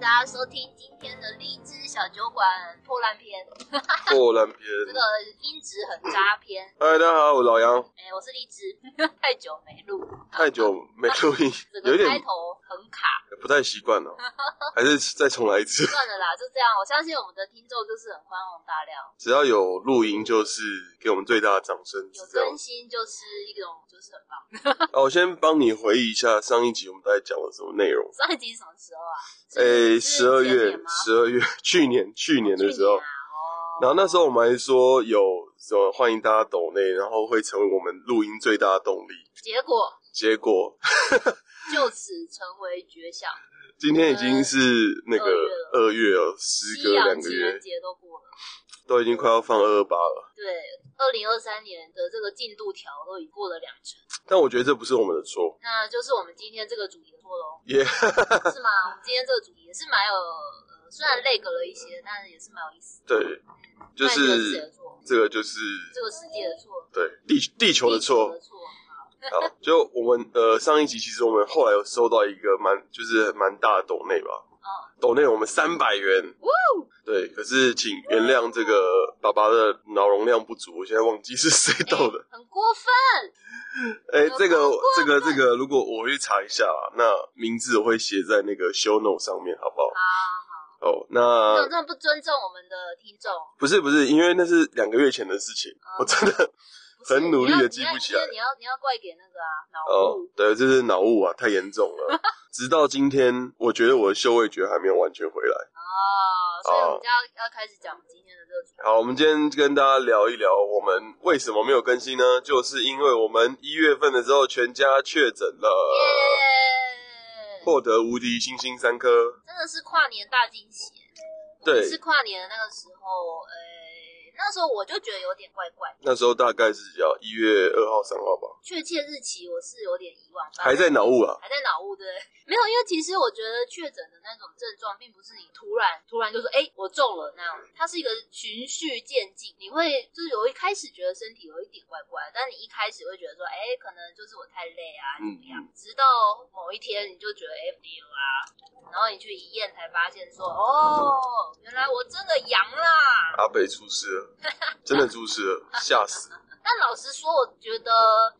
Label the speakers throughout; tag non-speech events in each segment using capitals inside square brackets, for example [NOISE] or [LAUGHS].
Speaker 1: 家收听今天的荔枝小酒馆破烂篇，
Speaker 2: 破烂篇。
Speaker 1: 这个音质很渣篇。
Speaker 2: 嗨，大家好，我老杨，
Speaker 1: 哎、我是荔枝， [LAUGHS] 太久没录，
Speaker 2: 太久没
Speaker 1: [LAUGHS]
Speaker 2: 录音
Speaker 1: 这，
Speaker 2: 有
Speaker 1: 个开
Speaker 2: 点
Speaker 1: 头很卡。
Speaker 2: 不太习
Speaker 1: [LAUGHS]
Speaker 2: 惯了，还是再重来一次。
Speaker 1: 算了啦，就这样。我相信我们的听众就是很宽宏大量，
Speaker 2: 只要有录音，就是给我们最大的掌声，
Speaker 1: 有
Speaker 2: 是这
Speaker 1: 真
Speaker 2: 样。
Speaker 1: 心就是一种就是很棒。
Speaker 2: 啊，我先帮你回忆一下上一集我们大概讲了什么内容。
Speaker 1: 上一集什么时候啊？
Speaker 2: 诶，
Speaker 1: 是
Speaker 2: 哎十二
Speaker 1: 前
Speaker 2: 月
Speaker 1: 年，吗哦
Speaker 2: 十二月， [LAUGHS] 去年去年的时候
Speaker 1: 去年，啊
Speaker 2: 然
Speaker 1: 哦，
Speaker 2: 后那时候我们还说有什么欢迎大家抖内，然后会成为我们录音最大的动力。
Speaker 1: 结果
Speaker 2: 结果
Speaker 1: 就此成为绝响，
Speaker 2: 今天已经是那个
Speaker 1: 二
Speaker 2: 二月哦，时
Speaker 1: 西
Speaker 2: 隔
Speaker 1: 洋
Speaker 2: 两个
Speaker 1: 情
Speaker 2: 月
Speaker 1: 人，节都过了。
Speaker 2: 都已经快要放二二八了。
Speaker 1: 对，二零二三年的这个进度条都已过了两成，
Speaker 2: 但我觉得这不是我们的错，
Speaker 1: 那就是我们今天这个主题的错喽。
Speaker 2: 也、 [LAUGHS]
Speaker 1: 是吗？我们今天这个主题也是蛮有，呃，虽然累格了一些，但也是蛮有意思的。
Speaker 2: 对，就
Speaker 1: 那这个谁的
Speaker 2: 是
Speaker 1: 错？
Speaker 2: 这个就是
Speaker 1: 这个世界的错，
Speaker 2: 对地地球的
Speaker 1: 地
Speaker 2: 错
Speaker 1: 球。错。
Speaker 2: 好，就我们呃上一集其实我们后来有收到一个蛮就是蛮大的抖内吧，
Speaker 1: 嗯
Speaker 2: 抖内我们三百元。对，可是请原谅这个爸爸的脑容量不足，我现在忘记是谁抖
Speaker 1: [LAUGHS]
Speaker 2: 的。
Speaker 1: 很过分，
Speaker 2: 哎、
Speaker 1: 有
Speaker 2: 这个
Speaker 1: 过
Speaker 2: 这个这个，如果我去查一下啊，那名字我会写在那个 show note 上面，好不好？
Speaker 1: 啊好，
Speaker 2: 哦，
Speaker 1: 这
Speaker 2: 那
Speaker 1: 种真的不尊重我们的听众。
Speaker 2: 不是不是，因为那是两个月前的事情，我真的
Speaker 1: 不是
Speaker 2: 很努力地
Speaker 1: 你要
Speaker 2: 记不起来
Speaker 1: 你要你要你要怪给那个啊脑
Speaker 2: 哦
Speaker 1: 雾，，
Speaker 2: 对，这是脑雾啊，太严重了。直到今天，我觉得我的嗅味觉还没有完全回来。
Speaker 1: 哦，所以我们
Speaker 2: 哦
Speaker 1: 就要要开始讲今天的这个主题。
Speaker 2: 好，我们今天跟大家聊一聊，我们为什么没有更新呢？就是因为我们一月份的时候全家确诊了，
Speaker 1: 耶
Speaker 2: 获得无敌星星三颗。
Speaker 1: 真的是跨年大惊喜耶。
Speaker 2: 对
Speaker 1: 是跨年的那个时候，呃，那时候我就觉得有点怪怪的。
Speaker 2: 那时候大概是要一月二号、三号吧，
Speaker 1: 确切日期我是有点遗忘，
Speaker 2: 还在脑雾啊。
Speaker 1: 还在脑雾对，没有，因为其实我觉得确诊的那种症状，并不是你突然突然就说，哎、我中了那样，它是一个循序渐进，你会就是有一开始觉得身体有一点怪怪，但你一开始会觉得说，哎、可能就是我太累啊，怎么样？直到某一天你就觉得，哎、有啊，然后你去一验才发现说，哦，原来我真的阳啦。
Speaker 2: 阿北出事了，真的出事了，吓死！
Speaker 1: 但老实说，我觉得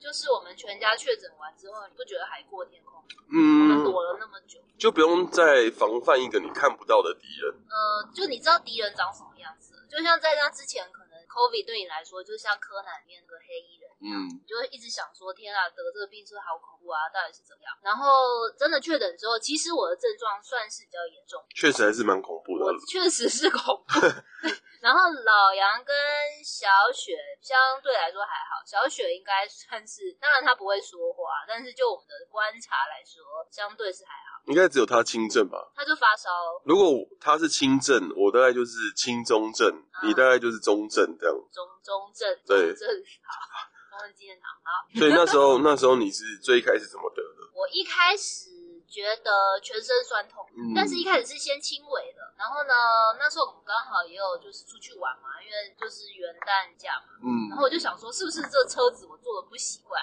Speaker 1: 就是我们全家确诊完之后，你不觉得海阔天空？我们
Speaker 2: 嗯，
Speaker 1: 躲了那么久，
Speaker 2: 就不用再防范一个你看不到的敌人。
Speaker 1: 呃，就你知道敌人长什么样子，就像在那之前，可能 COVID 对你来说，就像柯南里面那个黑衣人。
Speaker 2: 嗯，
Speaker 1: 你就会一直想说，天啊，得这个病是不是好恐怖啊，到底是怎么样？然后真的确诊之后，其实我的症状算是比较严重，
Speaker 2: 确实还是蛮恐怖
Speaker 1: 我
Speaker 2: 的。
Speaker 1: 确实是恐怖。 [LAUGHS] 然后老杨跟小雪相对来说还好，小雪应该算是，当然她不会说话，但是就我们的观察来说，相对是还好。
Speaker 2: 应该只有他轻症吧？
Speaker 1: 她就发烧，
Speaker 2: 如果他是轻症，我大概就是轻中症，你大概就是中症这样。
Speaker 1: 中中症，
Speaker 2: 对
Speaker 1: 中症好，中正纪念堂好。
Speaker 2: 所以那时候，那时候你是最一开始怎么得的？
Speaker 1: 我一开始觉得全身酸痛，
Speaker 2: 嗯
Speaker 1: 但是一开始是先轻微的，然后呢，那时候我们刚好也有就是出去玩嘛，因为就是元旦假嘛，然后
Speaker 2: 嗯
Speaker 1: 我就想说，是不是这车子我坐的不习惯？ [LAUGHS]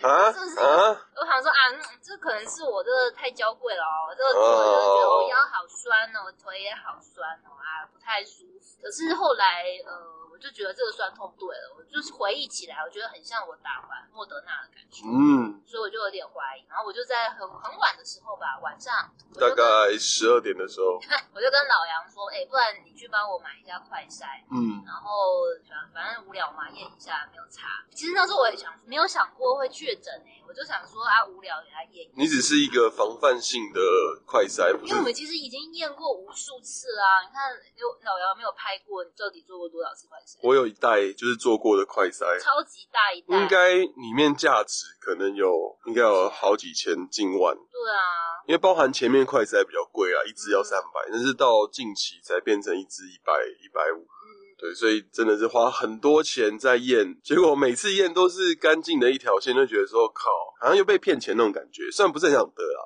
Speaker 2: 啊
Speaker 1: 是不是
Speaker 2: 啊，
Speaker 1: 我想说啊，嗯，这可能是我这个太娇贵了哦，我这个坐着就是觉得我腰好酸哦，腿也好酸哦，啊，不太舒服。可是后来，呃，我就觉得这个酸痛对了，我就是回忆起来，我觉得很像我打完莫德纳的感觉，
Speaker 2: 嗯，
Speaker 1: 所以我就有点怀疑。然后我就在很很晚的时候吧，晚上，我
Speaker 2: 大
Speaker 1: 就跟
Speaker 2: 概十二点的时候，
Speaker 1: [LAUGHS] 我就跟老杨说，哎、不然你去帮我买一下快筛，
Speaker 2: 嗯，
Speaker 1: 然后反反正无聊嘛，验一下没有差。其实那时候我也想，没有想过会确诊哎、我就想说啊，无聊给他验一下。
Speaker 2: 你只是一个防范性的快筛，不
Speaker 1: 因
Speaker 2: 是
Speaker 1: 为我们其实已经验过无数次啦、你看有老姚没有拍过，你到底做过多少次快筛？
Speaker 2: 我有一袋就是做过的快筛，
Speaker 1: 超级大一袋，
Speaker 2: 应该里面价值可能有应该有好几千近万，
Speaker 1: 对啊，
Speaker 2: 因为包含前面快筛比较贵啊，一支要三百，但是到近期才变成一支一百一百五。
Speaker 1: 嗯，
Speaker 2: 对，所以真的是花很多钱在验，结果每次验都是干净的一条线，就觉得说靠，好像又被骗钱那种感觉。虽然不是很想得啊，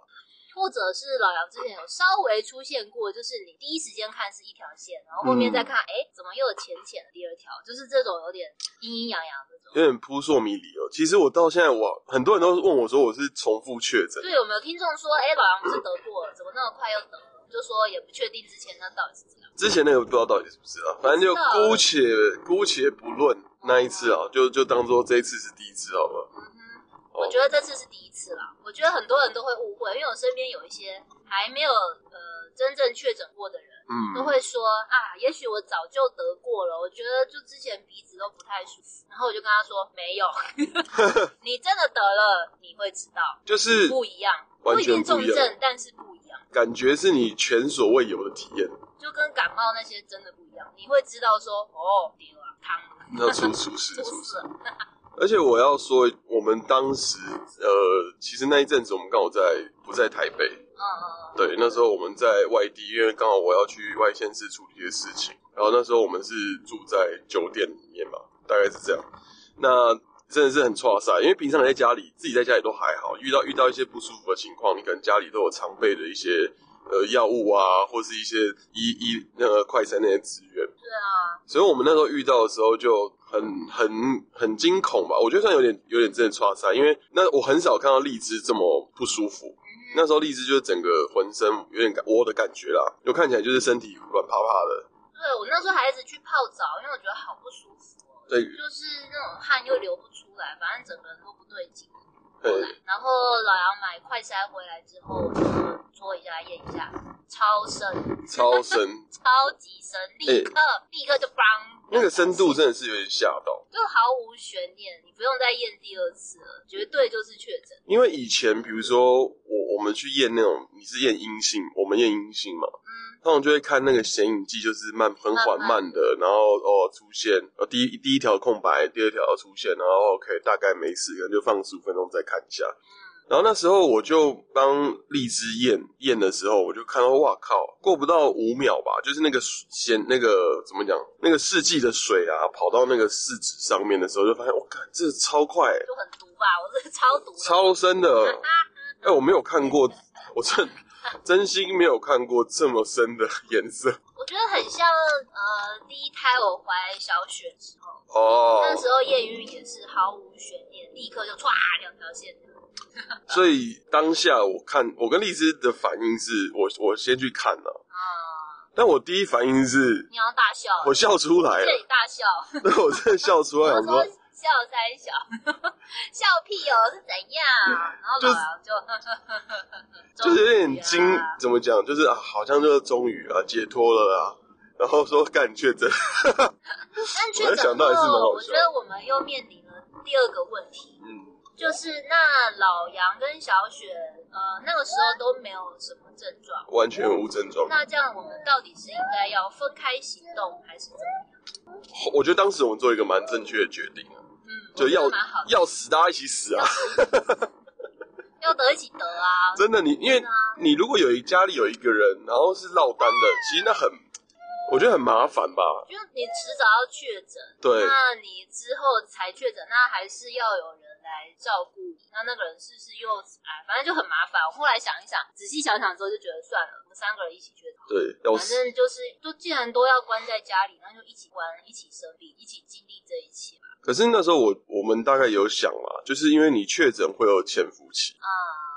Speaker 1: 或者是老杨之前有稍微出现过，就是你第一时间看是一条线，然后后面再看，哎、怎么又有浅浅的第二条？就是这种有点阴阴阳阳这种。
Speaker 2: 有点扑朔迷离哦。其实我到现在我很多人都问我说我是重复确诊，
Speaker 1: 对，有没有听众说，哎、老杨不是得过了，怎么那么快又得了？就说也不确定之前那到底是怎样。
Speaker 2: 之前那个不知道到底是不是啊，反正就
Speaker 1: 不知道
Speaker 2: 姑且姑且不论那一次啊，就就当做这一次是第一次好了。
Speaker 1: 嗯哼。我觉得这次是第一次啦，我觉得很多人都会误会，因为我身边有一些还没有呃真正确诊过的人，都
Speaker 2: 嗯，
Speaker 1: 会说啊，也许我早就得过了，我觉得就之前鼻子都不太舒服，然后我就跟他说没
Speaker 2: [LAUGHS]
Speaker 1: 有，你真的得了，你会知道
Speaker 2: 就是
Speaker 1: 不一样，
Speaker 2: 完
Speaker 1: 一
Speaker 2: 全
Speaker 1: 定
Speaker 2: 不
Speaker 1: 重
Speaker 2: 一样
Speaker 1: 症，但是不一样，
Speaker 2: 感觉是你前所未有的体验， [LAUGHS]
Speaker 1: 就跟感冒那些真的不一样，你会知道说哦，丢啊，汤
Speaker 2: 要出出事
Speaker 1: 出
Speaker 2: 出事。
Speaker 1: 事了，
Speaker 2: 而且我要说，我们当时呃，其实那一阵子我们刚好在不在台北，
Speaker 1: 嗯嗯嗯，
Speaker 2: 对，那时候我们在外地，因为刚好我要去外县市处理一些事情，然后那时候我们是住在酒店里面嘛，大概是这样。那真的是很挫塞，因为平常你在家里，自己在家里都还好，遇到遇到一些不舒服的情况，你可能家里都有常备的一些呃药物啊，或是一些医医那个快餐那些资源。
Speaker 1: 对啊，
Speaker 2: 所以我们那时候遇到的时候就很很很惊恐吧，我觉得算有点有点真的差赛，因为那我很少看到荔枝这么不舒服。
Speaker 1: 嗯
Speaker 2: 那时候荔枝就是整个浑身有点感窝的感觉啦，就看起来就是身体软趴趴的。
Speaker 1: 嗯对我那时候还一直去泡澡，因为我觉得好不舒服哦，
Speaker 2: 对
Speaker 1: 就是那种汗又流不出来，反正整个人都不对劲。
Speaker 2: 对，
Speaker 1: 然后老杨买快筛回来之后，我就搓一下验一下，超深，
Speaker 2: 超深，
Speaker 1: 超级深，立刻、立刻就砰，
Speaker 2: 哎那个深度真的是有点吓到。
Speaker 1: 就毫无悬念，你不用再验第二次了，绝对就是确诊。
Speaker 2: 因为以前比如说我我们去验那种你是验阴性，我们验阴性嘛，
Speaker 1: 嗯，
Speaker 2: 他们就会看那个显影剂，就是慢很缓慢的，然后哦出现，呃第一第一条空白，第二条出现，然后哦 OK 大概没事，可能就放十五分钟再看一下。
Speaker 1: 嗯
Speaker 2: 然后那时候我就帮荔枝验验的时候，我就看到哇靠，过不到五秒吧，就是那个显那个怎么讲，那个试剂的水啊，跑到那个试纸上面的时候，就发现我靠，这超快、欸
Speaker 1: 就很毒吧，我这超毒的。啊
Speaker 2: 超深的。哎、我没有看过，我真真心没有看过这么深的颜色
Speaker 1: 我觉得很像呃，第一胎我怀小雪之后，
Speaker 2: 哦。
Speaker 1: 那时候验孕也是毫无悬念，立刻就歘两条线。
Speaker 2: 所以当下我看，我跟荔枝的反应是我我先去看了、
Speaker 1: 啊，
Speaker 2: 但我第一反应是
Speaker 1: 你要大笑了，
Speaker 2: 我笑出来
Speaker 1: 这
Speaker 2: 了
Speaker 1: 里，大笑。
Speaker 2: 对 [LAUGHS] 我真的笑出来，
Speaker 1: 我
Speaker 2: 想
Speaker 1: 说
Speaker 2: 说
Speaker 1: 笑三小， [LAUGHS] 笑屁哦是怎样？然后老杨就
Speaker 2: 嗯
Speaker 1: [LAUGHS]
Speaker 2: 就是有点惊
Speaker 1: 终于啊，
Speaker 2: 怎么讲，就是啊，好像就是终于啊解脱了啊。然后说干确诊， [LAUGHS]
Speaker 1: 但确
Speaker 2: 我在想
Speaker 1: 诊
Speaker 2: 到底是蛮好笑
Speaker 1: 后，我觉得我们又面临了第二个问题，
Speaker 2: 嗯，
Speaker 1: 就是那老杨跟小雪，呃，那个时候都没有什么症状。
Speaker 2: 完全无症状。
Speaker 1: 那这样我们到底是应该要分开行动，还是怎么样？
Speaker 2: 我觉得当时我们做一个蛮正确的决定啊，
Speaker 1: 嗯，
Speaker 2: 就要
Speaker 1: 我觉得蛮好的，
Speaker 2: 要死大家一起死啊！ [LAUGHS]
Speaker 1: 要得一起得啊。
Speaker 2: 真的，你因为
Speaker 1: 啊
Speaker 2: 你如果有一家里有一个人，然后是落单的，其实那很，我觉得很麻烦吧。
Speaker 1: 就你迟早要确诊，
Speaker 2: 对
Speaker 1: 那你之后才确诊，那还是要有人来照顾你。那那个人是不是又哎，反正就很麻烦。我后来想一想，仔细想想之后就觉得算了，我们三个人一起确诊，
Speaker 2: 对，要
Speaker 1: 反
Speaker 2: 死。
Speaker 1: 正就是就既然都要关在家里，那就一起关，一起生病，一起经历这一切嘛。
Speaker 2: 可是那时候我我们大概有想嘛，就是因为你确诊会有潜伏期，
Speaker 1: 啊、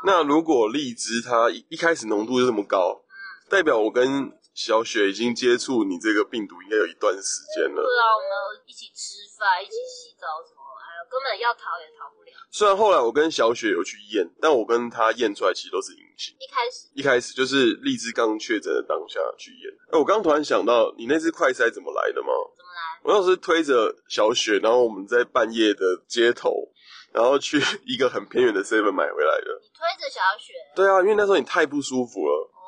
Speaker 2: 那如果荔枝它一一开始浓度就这么高，
Speaker 1: 嗯
Speaker 2: 代表我跟小雪已经接触你这个病毒应该有一段时间
Speaker 1: 对
Speaker 2: 了。
Speaker 1: 啊，我们一起吃饭，一起洗澡什么，哎呦，根本要逃也逃不了。
Speaker 2: 虽然后来我跟小雪有去验，但我跟她验出来其实都是阴性。
Speaker 1: 一开始
Speaker 2: 一开始就是荔枝刚确诊的当下去验。哎、我刚突然想到，你那只快筛怎么来的吗？
Speaker 1: 怎么来？
Speaker 2: 我当时推着小雪，然后我们在半夜的街头，然后去一个很偏远的 seven 买回来的。
Speaker 1: 你推着小雪
Speaker 2: 对啊，因为那时候你太不舒服了，
Speaker 1: 哦，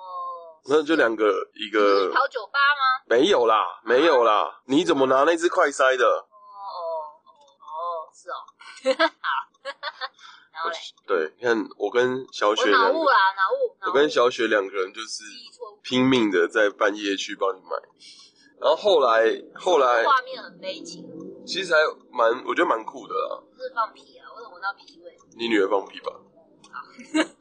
Speaker 2: 那就两个一
Speaker 1: 你不是
Speaker 2: 个
Speaker 1: 跑酒吧吗？
Speaker 2: 没有啦，没有啦，你怎么拿那只快筛的？
Speaker 1: 哦哦哦，是哦， [LAUGHS] 好，然后嘞，
Speaker 2: 对，你看我跟小
Speaker 1: 我
Speaker 2: 雪
Speaker 1: 脑
Speaker 2: 两
Speaker 1: 雾
Speaker 2: 个，
Speaker 1: 啦，脑雾，脑雾
Speaker 2: 我跟小雪两个人就是
Speaker 1: 记忆错误，
Speaker 2: 拼命的在半夜去帮你买，然后后来后来
Speaker 1: 画面很悲情，
Speaker 2: 其实还蛮我觉得蛮酷的啦。
Speaker 1: 这是放屁啊，我怎么闻到屁味？
Speaker 2: 你女儿放屁吧。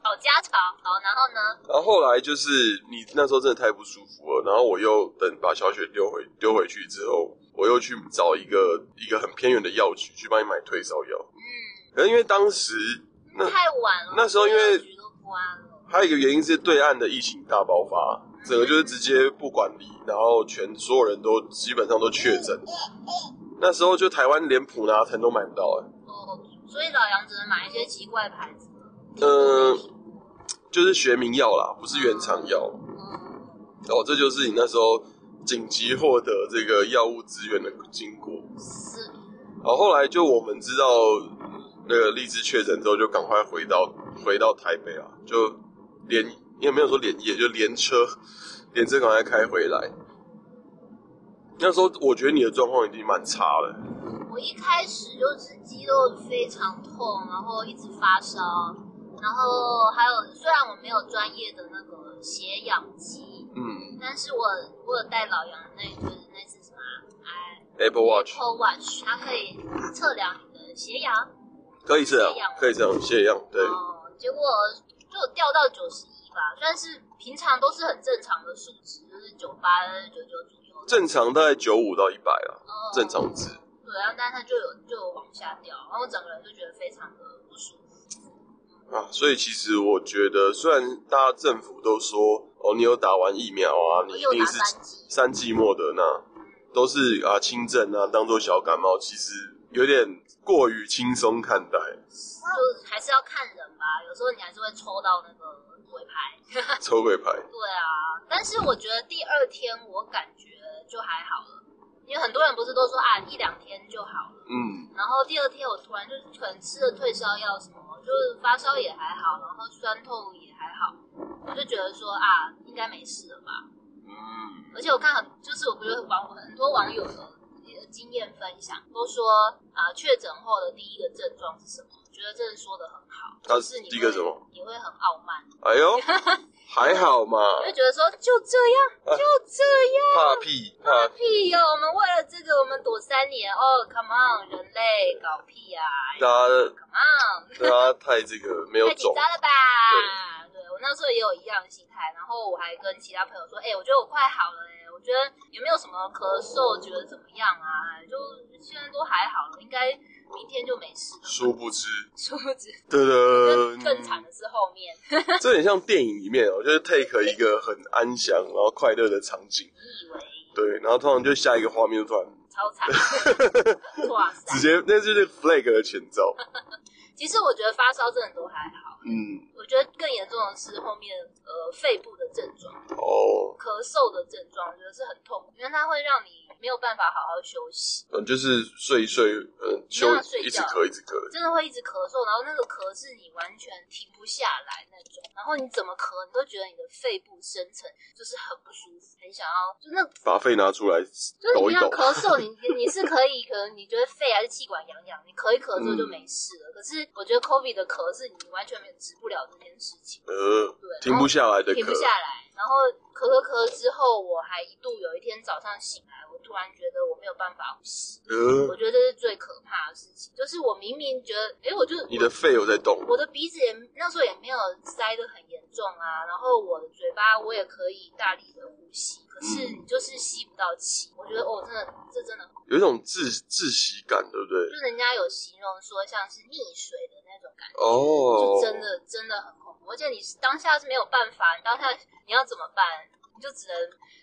Speaker 1: 好家常，好，然后呢？
Speaker 2: 然后后来就是你那时候真的太不舒服了，然后我又等把小雪丢回丢回去之后，我又去找一个一个很偏远的药局去帮你买退烧药。
Speaker 1: 嗯，
Speaker 2: 可是因为当时那
Speaker 1: 太晚了，
Speaker 2: 那时候因为
Speaker 1: 局都关了，
Speaker 2: 还有一个原因是对岸的疫情大爆发，
Speaker 1: 嗯，
Speaker 2: 整个就是直接不管理，然后全所有人都基本上都确诊。那时候就台湾连普拿疼都买不到哎、
Speaker 1: 哦，所以老杨只能买一些奇怪牌子。
Speaker 2: 嗯，就是学名药啦，不是原厂药。
Speaker 1: 嗯，
Speaker 2: 哦，这就是你那时候紧急获得这个药物资源的经过。
Speaker 1: 嗯是，
Speaker 2: 然后后来就我们知道那个荔枝确诊之后，就赶快回到回到台北啊，就连也没有说连夜，就连车连车赶快开回来。那时候我觉得你的状况已经蛮差了，
Speaker 1: 我一开始就是肌肉非常痛，然后一直发烧，然后还有虽然我没有专业的那个血氧机，
Speaker 2: 嗯
Speaker 1: 但是我我有带老杨那就是那次什么哎
Speaker 2: ，Apple Watch
Speaker 1: Apple Watch，它可以测量你的血氧，
Speaker 2: 可以这样，可以这样，谢样，对，
Speaker 1: 哦，结果就掉到九十一吧，算是平常都是很正常的数值，就是九八九九左右，
Speaker 2: 正常大概九五到一百啊，
Speaker 1: 哦
Speaker 2: 正常值。
Speaker 1: 对，然后但是它就有就有往下掉，然后我整个人就觉得非常的不舒服。
Speaker 2: 啊，所以其实我觉得，虽然大家政府都说哦，你有打完疫苗啊，你
Speaker 1: 我
Speaker 2: 一
Speaker 1: 又
Speaker 2: 定
Speaker 1: 打
Speaker 2: 是
Speaker 1: 三剂，
Speaker 2: 三剂莫德纳，都是啊轻症啊，当做小感冒，其实有点过于轻松看待。
Speaker 1: 就还是要看人吧，有时候你还是会抽到那个鬼牌。
Speaker 2: 抽鬼牌，
Speaker 1: 对啊，但是我觉得第二天我感觉就还好了，因为很多人不是都说啊一两天就好了，
Speaker 2: 嗯，
Speaker 1: 然后第二天我突然就可能吃了退烧药什么，就是发烧也还好，然后酸痛也还好，我就觉得说啊应该没事了吧。
Speaker 2: 嗯，
Speaker 1: 而且我看很就是我觉得网很多网友的经验分享都说啊确诊后的第一个症状是什么？我觉得这是说的很好，
Speaker 2: 他
Speaker 1: 就是你会
Speaker 2: 第一个什么？
Speaker 1: 你会很傲慢，
Speaker 2: 哎
Speaker 1: [LAUGHS]
Speaker 2: 呦，还好嘛，
Speaker 1: 你会觉得说就这样，
Speaker 2: 啊
Speaker 1: 就这样。
Speaker 2: 怕屁怕
Speaker 1: 屁哟、我们为了这个，我们躲三年哦！Come on，人类搞屁呀、
Speaker 2: 大家
Speaker 1: c o m e on，
Speaker 2: 大家太这个没有
Speaker 1: 太紧
Speaker 2: 种
Speaker 1: 张，了吧？对我那时候也有一样的心态，然后我还跟其他朋友说，哎、我觉得我快好了、哎，我觉得有没有什么咳嗽，觉得怎么样啊？就现在都还好了，应该明天就没事了。
Speaker 2: 殊不知，
Speaker 1: 殊不知，
Speaker 2: 对
Speaker 1: 更
Speaker 2: 的，
Speaker 1: 更惨的是后面，
Speaker 2: [LAUGHS] 这很像电影里面哦，就是 take 一个很安详然后快乐的场景，
Speaker 1: 你以为
Speaker 2: 对，然后通常就下一个画面就突然
Speaker 1: 超惨，
Speaker 2: [LAUGHS]
Speaker 1: 哇
Speaker 2: 直
Speaker 1: 塞！
Speaker 2: 接，那就是 flag 的前兆，
Speaker 1: 其实我觉得发烧真的都还好，
Speaker 2: 嗯，
Speaker 1: 我觉得更严重的是后面呃肺部的症状。
Speaker 2: 哦，
Speaker 1: 咳嗽的症状，我觉得是很痛苦，因为它会让你没有办法好好休息，
Speaker 2: 嗯，就是睡一睡，嗯，休
Speaker 1: 没办法啊睡觉
Speaker 2: 一直咳一直咳，
Speaker 1: 真的会一直咳嗽，然后那个咳是你完全停不下来那种，然后你怎么咳，你都觉得你的肺部深层就是很不舒服，很想要就那。
Speaker 2: 把肺拿出来
Speaker 1: 就是你
Speaker 2: 抖
Speaker 1: 平
Speaker 2: 一
Speaker 1: 常
Speaker 2: 抖，
Speaker 1: 咳嗽，你你你是可以，可能你觉得肺还是气管痒痒，你咳一咳之后就没事了。可是我觉得 COVID 的咳是你完全没有治不了这件事情，
Speaker 2: 呃，
Speaker 1: 对，
Speaker 2: 停不下来的
Speaker 1: 哦停不下
Speaker 2: 咳，
Speaker 1: 来，然后咳咳咳之后，我还一度有一天早上醒来，我突然觉得我没有办法呼吸，我
Speaker 2: 呃，
Speaker 1: 觉得这是最可怕的事情。就是我明明觉得，哎，我就
Speaker 2: 你的肺有在动，
Speaker 1: 我的鼻子也那时候也没有塞得很严重啊，然后我的嘴巴我也可以大力的呼吸，可是
Speaker 2: 嗯
Speaker 1: 你就是吸不到气。我觉得哦，真的这真的很恐怖，
Speaker 2: 有一种窒窒息感，对不
Speaker 1: 就
Speaker 2: 对？
Speaker 1: 人家有形容说像是溺水的那种感觉。就，
Speaker 2: 哦
Speaker 1: 真的真的很恐怖，而且你当下是没有办法，你当下你要怎么办？你就只能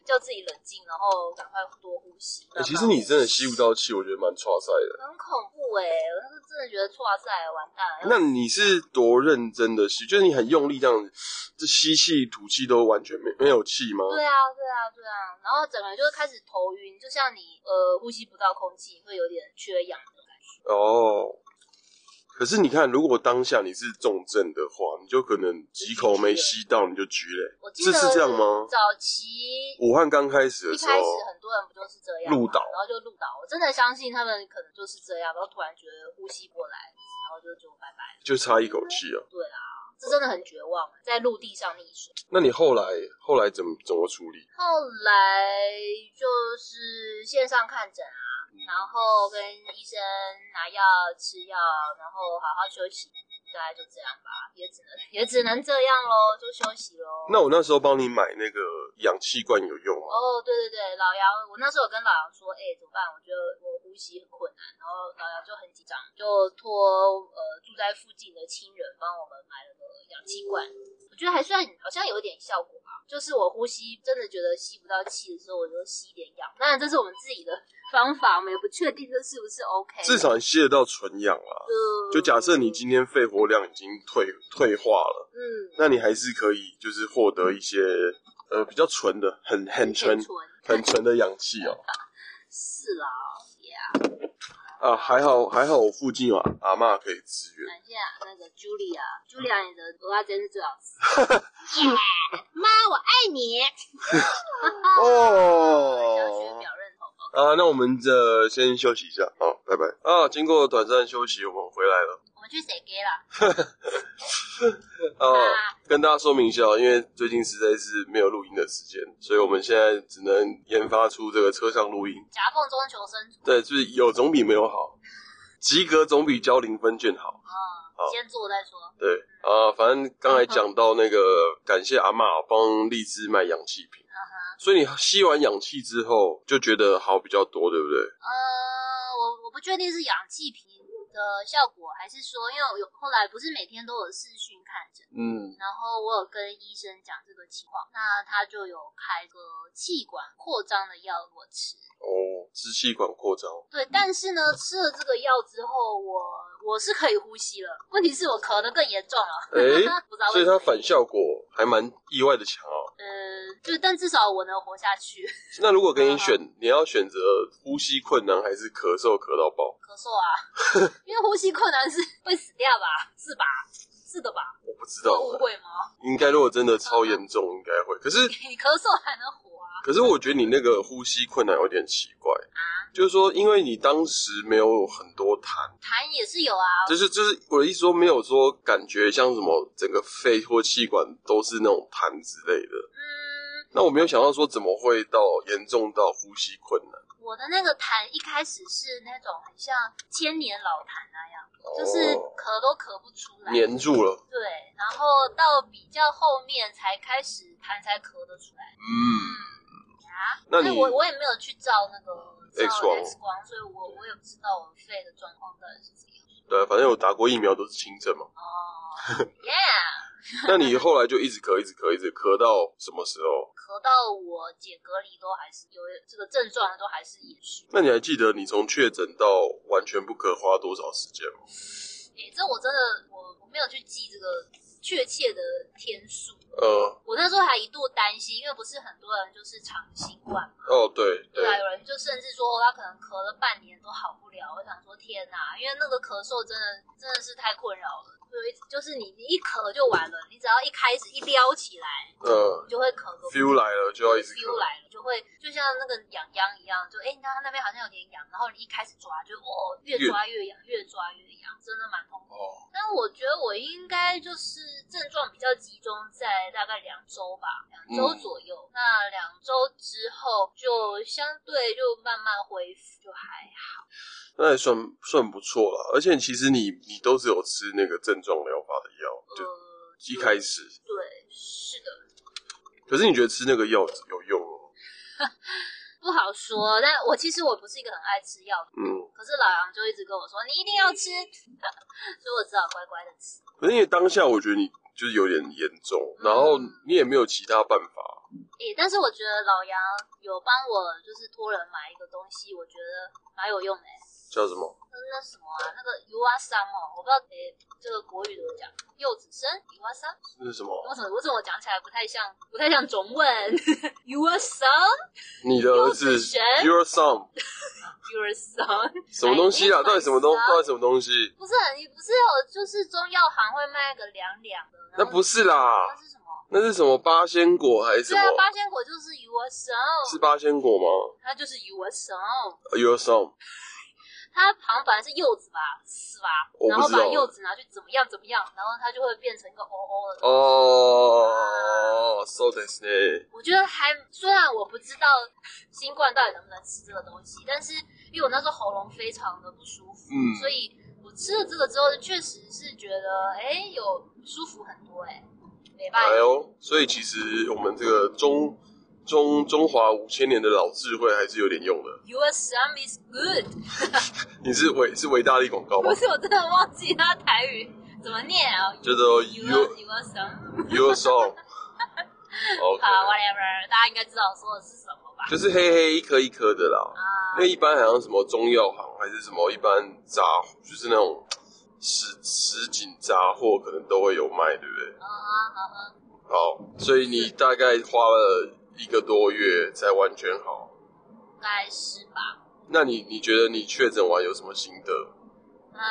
Speaker 1: 叫自己冷静，然后赶快多呼吸。慢慢
Speaker 2: 哎，其实你真的吸不到气，我觉得蛮挫塞的。
Speaker 1: 很恐怖哎、我那时候真的觉得哇塞，完蛋了。
Speaker 2: 那你是多认真的吸？就是你很用力这样子，这吸气吐气都完全没没有气吗？
Speaker 1: 对啊，对啊，对啊，然后整个人就会开始头晕，就像你呃呼吸不到空气，会有点缺氧的感觉。
Speaker 2: 哦，可是你看，如果当下你是重症的话，你就可能几口没吸到你就焗嘞、
Speaker 1: 我记
Speaker 2: 这
Speaker 1: 得
Speaker 2: 是这样吗？
Speaker 1: 早期
Speaker 2: 武汉刚开始的
Speaker 1: 一
Speaker 2: 时
Speaker 1: 开
Speaker 2: 候
Speaker 1: 始，很多人不就是这样嘛
Speaker 2: 入哦岛
Speaker 1: 然后就入岛。我真的相信他们可能就是这样，然后突然觉得呼吸过来，然后就就拜拜了。
Speaker 2: 就差一口气啊。
Speaker 1: 对啊，这真的很绝望，在陆地上溺水。
Speaker 2: 那你后来后来怎么怎么处理？
Speaker 1: 后来就是线上看诊啊，然后跟医生拿药吃药，然后好好休息，大概就这样吧，也只能也只能这样喽，就休息喽。
Speaker 2: 那我那时候帮你买那个氧气罐有用吗？
Speaker 1: 哦，对对对，老杨，我那时候有跟老杨说，哎、怎么办？我觉得我呼吸很困难，然后老杨就很紧张，就托呃住在附近的亲人帮我们买了个氧气罐。我觉得还算好像有一点效果吧。就是我呼吸真的觉得吸不到气的时候，我就吸一点氧。当然这是我们自己的方法，我们也不确定这是不是 OK。
Speaker 2: 至少你吸得到纯氧啦。
Speaker 1: 呃
Speaker 2: 就假设你今天肺活量已经退退化了，
Speaker 1: 嗯
Speaker 2: 那你还是可以就是获得一些呃比较纯的、很很纯、很纯的氧气哦、
Speaker 1: 是啦，
Speaker 2: 啊，还好还好，我附近有阿嬷可以支援。
Speaker 1: 感谢啊那个 Julia，Julia 你的鹅啊真是最好吃。妈，我爱你。啊小雪
Speaker 2: 哦
Speaker 1: 表认同。
Speaker 2: 啊，那我们这先休息一下，好，拜拜。啊，经过短暂休息，我们回来了。
Speaker 1: 我们去谁给了？
Speaker 2: 啊，
Speaker 1: 啊
Speaker 2: 跟大家说明一下，哦因为最近实在是没有录音的时间，所以我们现在只能研发出这个车上录音。
Speaker 1: 夹缝中求生存，
Speaker 2: 对，就是有总比没有好，及格总比交零分卷好。好
Speaker 1: 先做再说。
Speaker 2: 对啊，反正刚才讲到那个，感谢阿嬷帮荔枝买氧气瓶，所以你吸完氧气之后就觉得好比较多，对不对？
Speaker 1: 呃，我我不确定是氧气瓶的效果，还是说，因为我有后来不是每天都有视讯看诊，
Speaker 2: 嗯，
Speaker 1: 然后我有跟医生讲这个情况，那他就有开个气管扩张的药给我吃。
Speaker 2: 哦，支气管扩张，
Speaker 1: 对，但是呢，吃了这个药之后，我我是可以呼吸了，问题是我咳得更严重了。
Speaker 2: 诶
Speaker 1: [LAUGHS] 不知道
Speaker 2: 哎所
Speaker 1: 为
Speaker 2: 以
Speaker 1: 什
Speaker 2: 它
Speaker 1: 么。
Speaker 2: 反效果还蛮意外的强哦。
Speaker 1: 呃，就但至少我能活下去，
Speaker 2: 那如果给你选，你要选择呼吸困难还是咳嗽咳到爆？
Speaker 1: 咳嗽啊，
Speaker 2: [LAUGHS]
Speaker 1: 因为呼吸困难是会死掉吧？是吧？是的吧？
Speaker 2: 我不知道
Speaker 1: 我，误会吗？
Speaker 2: 应该如果真的超严重，应该会。可是
Speaker 1: 你咳嗽还能活啊？
Speaker 2: 可是我觉得你那个呼吸困难有点奇怪，就是说，因为你当时没有很多痰，
Speaker 1: 痰也是有啊，
Speaker 2: 就是就是我的意思说，没有说感觉像什么整个肺或气管都是那种痰之类的。
Speaker 1: 嗯，
Speaker 2: 那我没有想到说怎么会到严重到呼吸困难，
Speaker 1: 我的那个痰一开始是那种很像千年老痰那样，就是
Speaker 2: 哦
Speaker 1: 咳都咳不出来。
Speaker 2: 黏住了。
Speaker 1: 对，然后到比较后面才开始痰才咳得出来。
Speaker 2: 嗯，
Speaker 1: 啊，
Speaker 2: 那
Speaker 1: 所以
Speaker 2: 你
Speaker 1: 我我也没有去照那个照
Speaker 2: X 光
Speaker 1: X 光，所以我我也不知道我肺的状况到底是怎样。
Speaker 2: 对，啊反正有打过疫苗都是轻症嘛。
Speaker 1: 哦，Yeah， [LAUGHS]
Speaker 2: 那你后来就一直咳，一直咳，一直咳到什么时候？
Speaker 1: 咳到我解隔离都还是有这个症状，都还是延续。
Speaker 2: 那你还记得你从确诊到完全不咳花多少时间吗？
Speaker 1: 诶、哎这我真的我我没有去记这个确切的天数。
Speaker 2: 呃，
Speaker 1: 我那时候还一度担心，因为不是很多人就是长新冠嘛，
Speaker 2: 哦，对
Speaker 1: 对啊，有人就甚至说他可能咳了半年都好不了。我想说天哪，因为那个咳嗽真的真的是太困扰了。就一就是你你一咳就完了，你只要一开始一撩起来，
Speaker 2: 呃
Speaker 1: 你就会咳个
Speaker 2: ，feel 来了就要一直
Speaker 1: feel
Speaker 2: 咳。
Speaker 1: 来了，就会就像那个痒痒一样，就哎，诶你看它那边好像有点痒，然后你一开始抓就哦，越抓越痒，越抓越痒，真的蛮痛苦。
Speaker 2: 哦，
Speaker 1: 但我觉得我应该就是症状比较集中在大概两周吧，两
Speaker 2: 嗯
Speaker 1: 周左右。那两周之后就相对就慢慢恢复，就还好。
Speaker 2: 那也算算不错了。而且其实你你都是有吃那个症状疗法的药，就
Speaker 1: 呃，
Speaker 2: 一开始。
Speaker 1: 对，是的，
Speaker 2: 可是你觉得吃那个药有用哦？
Speaker 1: 不好说。但我其实我不是一个很爱吃药的，
Speaker 2: 嗯，
Speaker 1: 可是老杨就一直跟我说你一定要吃， [LAUGHS] 所以我只好乖乖的吃。
Speaker 2: 可是因为当下我觉得你就是有点严重，然后你也没有其他办法。
Speaker 1: 诶、但是我觉得老杨有帮我就是托人买一个东西，我觉得蛮有用的、欸。
Speaker 2: 叫什么？
Speaker 1: 那那什么啊，那个 U R 桑哦，我不知道诶、这个国语怎么讲，柚子参 U R 桑，
Speaker 2: 那是什么？
Speaker 1: 我怎么我怎么讲起来不太像不太像中文 [LAUGHS] ？U R 桑
Speaker 2: 你的
Speaker 1: 柚
Speaker 2: 儿子
Speaker 1: 子神
Speaker 2: Your Son
Speaker 1: U R 桑，
Speaker 2: 什么东西啊？
Speaker 1: 哎
Speaker 2: 到底什么东？
Speaker 1: 哎
Speaker 2: 到底什么东西？
Speaker 1: 不是很不是有就是中药行会卖那个凉凉的，然后
Speaker 2: 那不是啦
Speaker 1: 那是什么？
Speaker 2: 那是什么八仙果还是什
Speaker 1: 对
Speaker 2: 么
Speaker 1: 啊？，八仙果就是 U R 桑，
Speaker 2: 是八仙果吗
Speaker 1: 它就是 U R 桑。
Speaker 2: ？Your Son
Speaker 1: 它好像本来是柚子吧，是吧
Speaker 2: 我？不
Speaker 1: 然后
Speaker 2: 知道
Speaker 1: 把柚子拿去怎么样怎么样，然后它就会变成一个哦哦的。
Speaker 2: 哦，so t h i s 呢？
Speaker 1: 我觉得还虽然我不知道新冠到底能不能吃这个东西，但是因为我那时候喉咙非常的不舒服，
Speaker 2: 嗯
Speaker 1: 所以我吃了这个之后，确实是觉得哎、有舒服很多哎、没办法
Speaker 2: 哎，呦，所以其实我们这个中中中华五千年的老智慧还是有点用的。
Speaker 1: ，Your sum is good，
Speaker 2: 你是伟是维大利广告吗
Speaker 1: 不？是我真的忘记它台语怎么念啊？
Speaker 2: 叫做
Speaker 1: you are you are some
Speaker 2: Your Song。OK，
Speaker 1: 好 whatever，大家应该知道我说的是什么吧？
Speaker 2: 就是黑黑一颗一颗的啦。
Speaker 1: 啊
Speaker 2: 那，一般好像什么中药行还是什么，一般杂就是那种实实景杂货，可能都会有卖，对不对？
Speaker 1: 啊啊啊！
Speaker 2: 好，所以你大概花了一个多月才完全好。
Speaker 1: 应该是吧？
Speaker 2: 那你你觉得你确诊完有什么心得？
Speaker 1: 唉，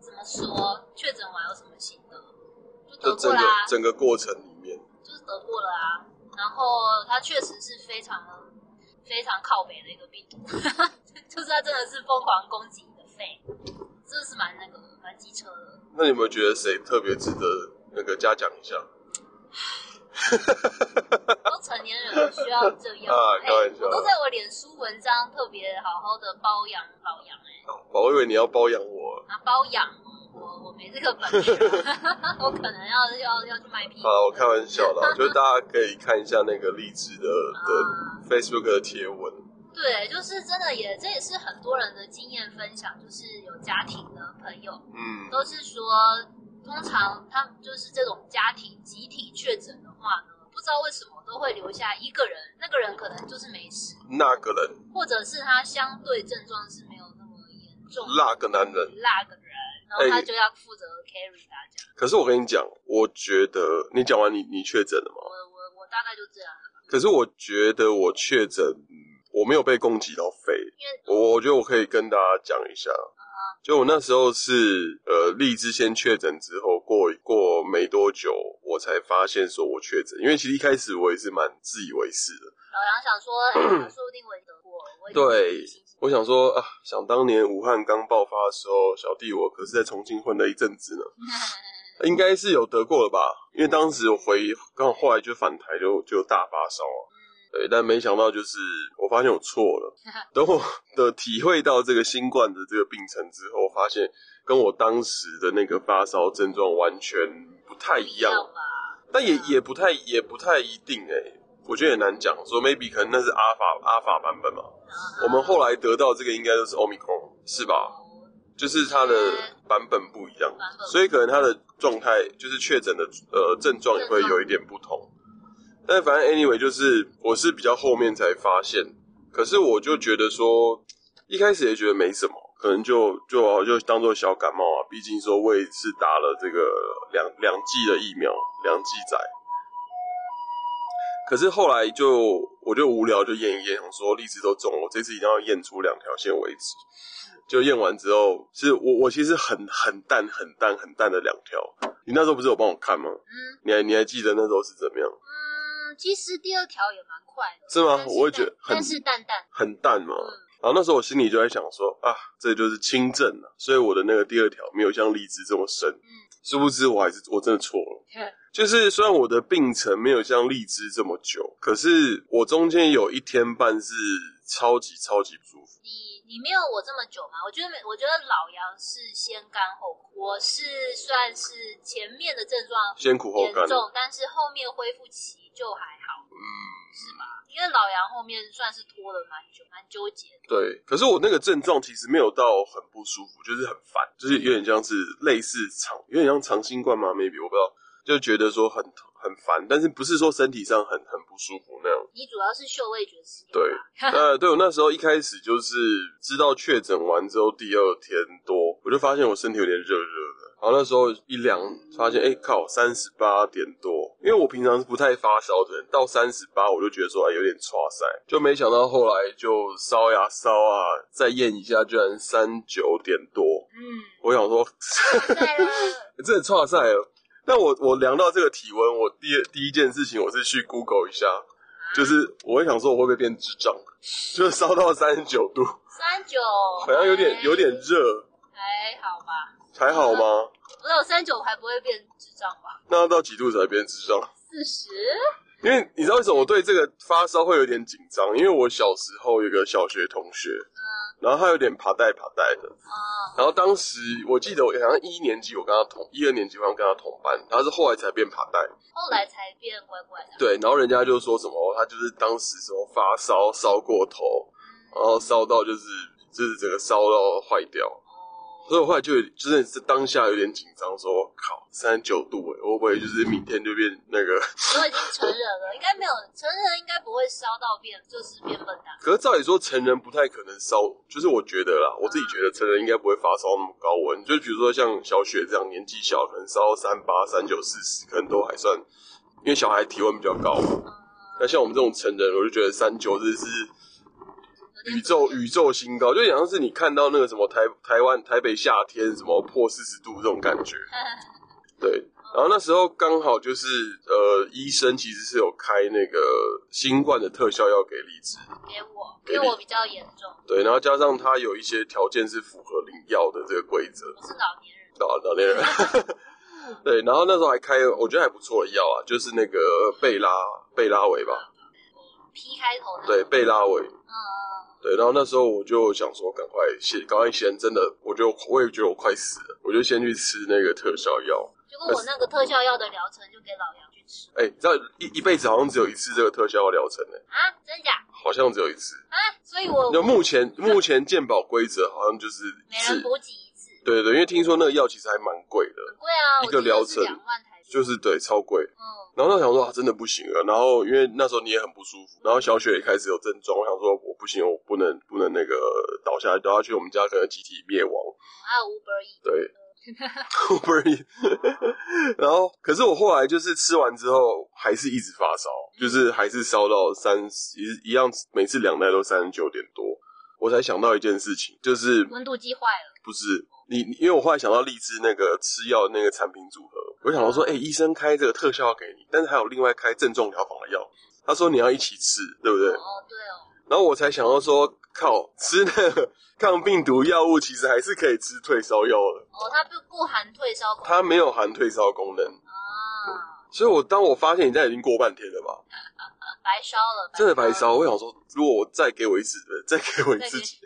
Speaker 1: 怎么说？确诊完有什么心得？就
Speaker 2: 这
Speaker 1: 得
Speaker 2: 整
Speaker 1: 过
Speaker 2: 个
Speaker 1: 啦，
Speaker 2: 整个过程里面，
Speaker 1: 就是得过了啊。然后它确实是非常非常靠北的一个病毒， [LAUGHS] 就是它真的是疯狂攻击你的肺，真的是蛮那个蛮机车的。
Speaker 2: 那你有没有觉得谁特别值得那个嘉奖一下？
Speaker 1: 都成年人了，需要这样
Speaker 2: [LAUGHS] 啊
Speaker 1: 哎
Speaker 2: 开玩笑
Speaker 1: 我都在我脸书文章特别好好的包养老杨哎、
Speaker 2: 哦我以为你要包养我。
Speaker 1: 啊包养哦我我没这个本
Speaker 2: [LAUGHS]
Speaker 1: 事， [LAUGHS] 我可能要要要去卖屁股
Speaker 2: 好，我开玩笑
Speaker 1: [LAUGHS]
Speaker 2: 啦，就是大家可以看一下那个励志的的
Speaker 1: 啊。
Speaker 2: Facebook 的贴文。
Speaker 1: 对，就是真的也，这也是很多人的经验分享，就是有家庭的朋友
Speaker 2: 嗯，
Speaker 1: 都是说，通常他们就是这种家庭集体确诊的话呢，不知道为什么都会留下一个人，那个人可能就是没事，
Speaker 2: 那个人，
Speaker 1: 或者是他相对症状是没有那么严重的。
Speaker 2: 那个男人。
Speaker 1: 那个人，然后
Speaker 2: 哎
Speaker 1: 他就要负责 carry 大家。
Speaker 2: 可是我跟你讲，我觉得你讲完你你确诊了
Speaker 1: 我
Speaker 2: 吗？
Speaker 1: 我我大概就这样，
Speaker 2: 可是我觉得我确诊，嗯我没有被攻击到肺。
Speaker 1: 因为
Speaker 2: 我我觉得我可以跟大家讲一下，就我那时候是呃，荔枝先确诊之后，过过没多久，我才发现说我确诊，因为其实一开始我也是蛮自以为是的。
Speaker 1: 老杨想说，哎说不定我也得过，我也
Speaker 2: 对，
Speaker 1: [LAUGHS]
Speaker 2: 我想说啊，想当年武汉刚爆发的时候，小弟我可是在重庆混了一阵子呢，应该是有得过了吧？因为当时我回，刚好后来就返台就就大发烧啊。对，但没想到就是我发现我
Speaker 1: [LAUGHS]
Speaker 2: 错了。等我的体会到这个新冠的这个病程之后，发现跟我当时的那个发烧症状完全不太一样。
Speaker 1: 吧？
Speaker 2: 但
Speaker 1: 嗯
Speaker 2: 也也不太也不太一定哎、我觉得也难讲。说 maybe 可能那是阿法阿法版本嘛。我们后来得到这个应该都是 omicron 是吧？就是它的版本不一样
Speaker 1: 版本不一，样
Speaker 2: 所以可能它的状态就是确诊的呃症状也会有一点不同。但反正 anyway 就是我是比较后面才发现，可是我就觉得说一开始也觉得没什么，可能就就就当做小感冒啊。毕竟说我也是打了这个两两剂的疫苗，两剂仔。可是后来就我就无聊就验一验，想说荔枝都中了，我这次一定要验出两条线为止。就验完之后，是我我其实很很淡很淡很淡的两条。你那时候不是有帮我看吗？
Speaker 1: 嗯
Speaker 2: 你还你还记得那时候是怎么样？
Speaker 1: 嗯，其实第二条也蛮快的，
Speaker 2: 是吗
Speaker 1: 但
Speaker 2: 我也觉得很
Speaker 1: 但是淡淡，
Speaker 2: 很淡嘛。
Speaker 1: 嗯
Speaker 2: 然后那时候我心里就在想说啊，这就是轻症了、所以我的那个第二条没有像荔枝这么深。
Speaker 1: 嗯
Speaker 2: 殊不知我还是我真的错了。就是虽然我的病程没有像荔枝这么久，可是我中间有一天半是超级超级不舒服。
Speaker 1: 你你没有我这么久嘛？我觉得没，我觉得老杨是先干后苦，我是算是前面的症状
Speaker 2: 先苦后
Speaker 1: 严
Speaker 2: 甘，
Speaker 1: 重，但是后面恢复期就还好，嗯，是吧？因为老杨后面算是拖了蛮久，蛮纠结的，
Speaker 2: 对。可是我那个症状其实没有到很不舒服，就是很烦，就是有点像是类似肠，有点像肠新冠吗？maybe 我不知道，就觉得说很很烦，但是不是说身体上很很不舒服那样。
Speaker 1: 你主要是嗅味觉失调
Speaker 2: 对
Speaker 1: 吧，
Speaker 2: 呃，对我那时候一开始就是知道确诊完之后，第二天多我就发现我身体有点热热的，然后那时候一量发现，哎、靠，三十八点多，因为我平常是不太发烧的人，到三十八我就觉得说，哎、有点差塞，就没想到后来就烧呀烧啊，再验一下，居然三九点多，
Speaker 1: 嗯。
Speaker 2: 我想说， [LAUGHS]
Speaker 1: 对了，
Speaker 2: 真的差塞了。欸但我我量到这个体温，我第第一件事情我是去 Google 一下，就是我会想说我会不会变智障，就是烧到三十九度，
Speaker 1: 三九
Speaker 2: 好像有
Speaker 1: 哎
Speaker 2: 点有点热，
Speaker 1: 还好吧？
Speaker 2: 还好吗？
Speaker 1: 不是三九还不会变智障吧？
Speaker 2: 那要到几度才变智障？
Speaker 1: 四十
Speaker 2: 因为你知道为什么我对这个发烧会有点紧张？因为我小时候有个小学同学，然后他有点爬带爬带的，
Speaker 1: 啊，
Speaker 2: 然后当时我记得我好像一年级我跟他同，一二年级我好像跟他同班，他是后来才变爬带。
Speaker 1: 后来才变乖乖的。
Speaker 2: 对，然后人家就说什么，哦他就是当时什么发烧
Speaker 1: 嗯
Speaker 2: 烧过头，然后烧到就是就是整个烧到坏掉，
Speaker 1: 哦，
Speaker 2: 所以我后来就有真的是当下有点紧张，说我靠，三十九度哎，我会不会就是明天就变那个？
Speaker 1: 都已经成人了，应该没有成人应该不会烧到变就是变笨蛋。
Speaker 2: 可是照理说成人不太可能烧，就是我觉得啦，我自己觉得成人应该不会发烧那么高温，就比如说像小雪这样年纪小，可能烧三八、三九、四十，可能都还算，因为小孩体温比较高嘛。那像我们这种成人，我就觉得三九这是。
Speaker 1: 有点
Speaker 2: 宇宙宇宙新高，就像是你看到那个什么台台湾台北夏天什么破四十度这种感觉，对。然后那时候刚好就是呃，医生其实是有开那个新冠的特效药给荔枝，
Speaker 1: 给我，
Speaker 2: 给
Speaker 1: 因
Speaker 2: 你
Speaker 1: 为我比较严重，
Speaker 2: 对，然后加上它有一些条件是符合领药的这个规则，
Speaker 1: 我是老年人。
Speaker 2: 老老年人， [LAUGHS] 对。然后那时候还开，我觉得还不错的药啊，就是那个贝拉贝拉韦吧，
Speaker 1: P 开头那
Speaker 2: 对，
Speaker 1: 个，
Speaker 2: 贝拉韦，
Speaker 1: 嗯，嗯
Speaker 2: 对，然后那时候我就想说，赶快先，赶快先，真的，我就我也觉得我快死了，我就先去吃那个特效药。
Speaker 1: 嗯结果我那个特效药的疗程就给老杨去吃
Speaker 2: 哎、你知道一一辈子好像只有一次这个特效药疗程呢、
Speaker 1: 啊，真假
Speaker 2: 好像只有一次。
Speaker 1: 啊？所以我
Speaker 2: 就目前目前健保规则好像就是
Speaker 1: 每
Speaker 2: 一
Speaker 1: 人
Speaker 2: 次，
Speaker 1: 补给一次，
Speaker 2: 对对对，因为听说那个药其实还蛮贵的，
Speaker 1: 很贵啊，
Speaker 2: 一个疗程
Speaker 1: 两万台币，
Speaker 2: 就是对超贵。
Speaker 1: 嗯，
Speaker 2: 然后那时候想说、啊、真的不行了，然后因为那时候你也很不舒服，然后小雪也开始有症状，我想说我不行，我不能不能那个倒下来，倒下去我们家可能集体灭亡。
Speaker 1: 还有 Uber E，
Speaker 2: 对，我不是一，然后可是我后来就是吃完之后还是一直发烧，就是还是烧到三十一一样，每次两袋都三十九点多，我才想到一件事情，就是
Speaker 1: 温度计坏了，
Speaker 2: 不是你，你因为我后来想到荔枝那个吃药那个产品组合，我想到
Speaker 1: 嗯
Speaker 2: 说，哎、医生开这个特效药给你，但是还有另外开症状疗法的药，他说你要一起吃，对不对？
Speaker 1: 哦对哦，
Speaker 2: 然后我才想到说，靠，吃那个 [LAUGHS] 抗病毒药物其实还是可以吃退烧药的，
Speaker 1: 哦它不不含退烧功
Speaker 2: 它没有含退烧功能。
Speaker 1: 啊，
Speaker 2: 所以我当我发现你现在已经过半天了吧，
Speaker 1: 白烧了，
Speaker 2: 真的白烧，我想说，如果我再给我一次，呃再给我一次
Speaker 1: 嗯再给
Speaker 2: 机，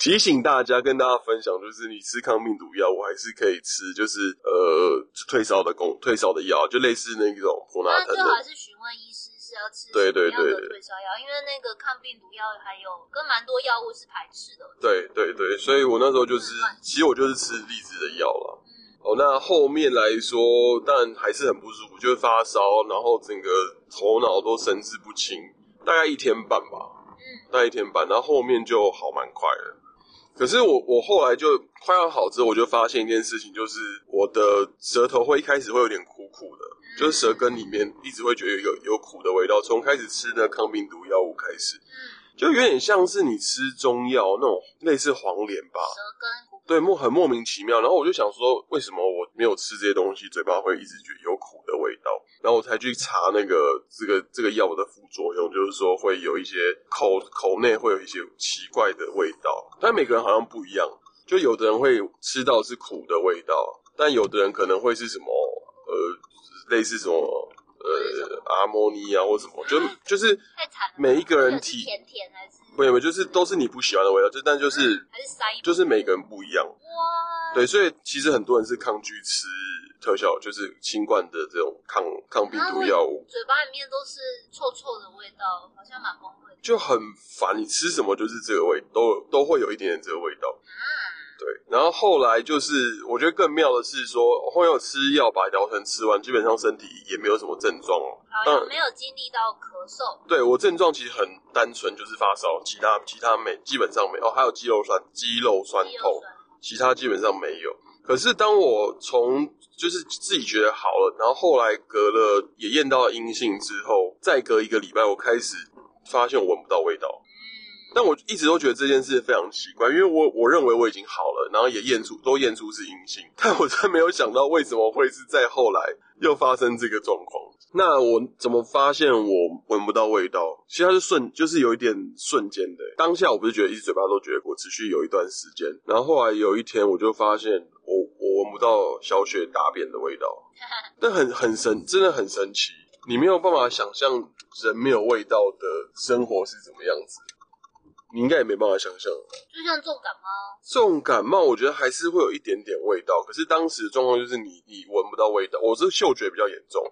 Speaker 2: 提醒大家跟大家分享，就是你吃抗病毒药，我还是可以吃，就是呃退烧的功退烧的药，就类似那种普拿
Speaker 1: 那
Speaker 2: 疼
Speaker 1: 最好还
Speaker 2: 的，
Speaker 1: 是询问医师是要吃
Speaker 2: 对对
Speaker 1: 什么样
Speaker 2: 对
Speaker 1: 的退烧药，因为那个抗病毒药还有跟蛮多药物是排斥的。
Speaker 2: 对对对，所以我那时候就是
Speaker 1: 嗯，
Speaker 2: 其实我就是吃荔枝的药了。
Speaker 1: 嗯，
Speaker 2: 哦，那后面来说，但还是很不舒服，就是发烧，然后整个头脑都神志不清，大概一天半吧。
Speaker 1: 嗯，
Speaker 2: 那一天半，然后后面就好蛮快的。可是我我后来就快要好之后，我就发现一件事情，就是我的舌头会一开始会有点苦苦的，就是舌根里面一直会觉得有有苦的味道。从开始吃那抗病毒药物开始，
Speaker 1: 嗯，
Speaker 2: 就有点像是你吃中药那种类似黄连吧，
Speaker 1: 舌根骨
Speaker 2: 对，莫很莫名其妙。然后我就想说，为什么我没有吃这些东西，嘴巴会一直觉得有苦的味道？然后我才去查那个这个这个药的副作用，就是说会有一些口口内会有一些奇怪的味道，但每个人好像不一样。就有的人会吃到是苦的味道，但有的人可能会是什么呃，类似什么呃阿莫尼啊或什么，就就是
Speaker 1: 太惨了。
Speaker 2: 每一个人
Speaker 1: 或者是
Speaker 2: 体
Speaker 1: 甜甜还是
Speaker 2: 没有没有，就是都是你不喜欢的味道，就但就是
Speaker 1: 还是塞一
Speaker 2: 就是每个人不一样。
Speaker 1: 哇，
Speaker 2: 对，所以其实很多人是抗拒吃特效，就是新冠的这种抗抗病毒药物，
Speaker 1: 嘴巴里面都是臭臭的味道，好像蛮崩溃的。
Speaker 2: 就很烦。你吃什么就是这个味，都都会有一点点这个味
Speaker 1: 嗯
Speaker 2: 道。对，然后后来就是我觉得更妙的是说，后面有吃药把疗程吃完，基本上身体也没有什么症状哦。
Speaker 1: 好
Speaker 2: 当
Speaker 1: 像
Speaker 2: 然，
Speaker 1: 没有经历到咳嗽，
Speaker 2: 对我症状其实很单纯，就是发烧，其他其他没基本上没哦有，还有肌肉酸肌肉酸
Speaker 1: 肌
Speaker 2: 痛
Speaker 1: 肉。酸，
Speaker 2: 其他基本上没有。可是当我从就是自己觉得好了，然后后来隔了也验到阴性之后，再隔一个礼拜，我开始发现我闻不到味道。
Speaker 1: 嗯，
Speaker 2: 但我一直都觉得这件事非常奇怪，因为我我认为我已经好了，然后也验出都验出是阴性，但我真的没有想到为什么会是在后来又发生这个状况。那我怎么发现我闻不到味道？其实它是瞬，就是有一点瞬间的。欸当下我不是觉得一直嘴巴都觉得我持续有一段时间，然后后来有一天我就发现我我闻不到小雪大便的味道，但很很神，真的很神奇。你没有办法想象人没有味道的生活是怎么样子。你应该也没办法想象。
Speaker 1: 就像重感冒，
Speaker 2: 重感冒，我觉得还是会有一点点味道，可是当时的状况就是你你闻不到
Speaker 1: 嗯
Speaker 2: 味道，我是嗅觉比较严重。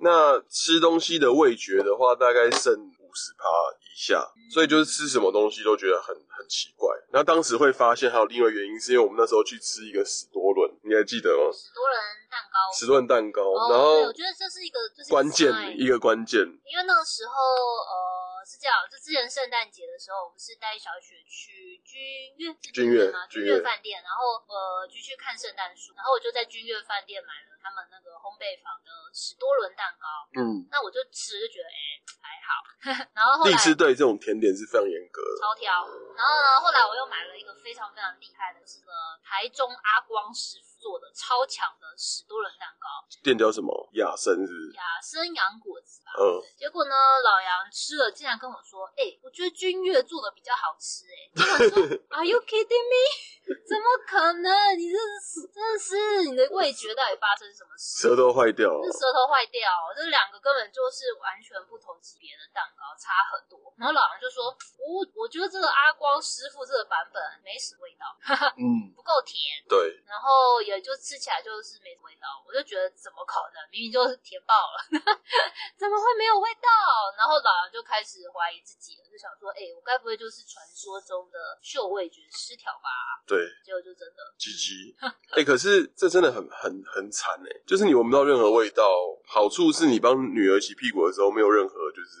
Speaker 2: 那吃东西的味觉的话，大概剩五十趴以下，所以就是吃什么东西都觉得很很奇怪。那当时会发现还有另外一个原因，是因为我们那时候去吃一个史多伦，你还记得吗？
Speaker 1: 史多伦蛋糕，
Speaker 2: 史多伦蛋糕，
Speaker 1: 哦对
Speaker 2: 然后
Speaker 1: 我觉得这是一个就是一个
Speaker 2: 关键
Speaker 1: sign
Speaker 2: 一个关键，
Speaker 1: 因为那个时候，呃，是这样，就之前圣诞节的时候，我们是带小雪去君悦是
Speaker 2: 君悦
Speaker 1: 吗？
Speaker 2: 君
Speaker 1: 君
Speaker 2: 悦
Speaker 1: 悦饭店，然后呃，就去看圣诞树，然后我就在君悦饭店买了他们那个烘焙坊的史多伦蛋糕，
Speaker 2: 嗯，
Speaker 1: 那我就吃就觉得哎、还好， [LAUGHS] 然后后
Speaker 2: 荔
Speaker 1: 来
Speaker 2: 枝对这种甜点是非常严格的。
Speaker 1: 超挑，然后呢，后来我又买了一个非常非常厉害的，是个台中阿光师傅做的超强的史多伦蛋糕，
Speaker 2: 店叫什么？雅生是不是？
Speaker 1: 雅生洋果子吧。
Speaker 2: 嗯，
Speaker 1: 结果呢，老杨吃了，竟然跟我说：“哎、我觉得君悦做的比较好吃、哎，我
Speaker 2: [LAUGHS]
Speaker 1: 想说，Are you kidding me？怎么可能？你这是真的是你的味觉到底发生什么事？
Speaker 2: 舌头坏掉了
Speaker 1: 这。舌头坏掉哦、这两个根本就是完全不同级别的蛋糕，差很多。然后老杨就说：我我觉得这个阿光师傅这个版本没什么味道，
Speaker 2: 嗯，
Speaker 1: 不够甜，
Speaker 2: 对，
Speaker 1: 然后也就吃起来就是没什么味道，我就觉得怎么可能，明明就是甜爆了， [LAUGHS] 怎么会没有味道？然后老杨就开始怀疑自己了，就想说，哎、我该不会就是传说中的嗅味觉失调吧？
Speaker 2: 对，
Speaker 1: 结果就真的，
Speaker 2: 鸡鸡。 [LAUGHS] 哎、可是这真的很很很惨哎、就是你闻不到任何味道。好处是你帮女儿洗屁股的时候，没有任何就是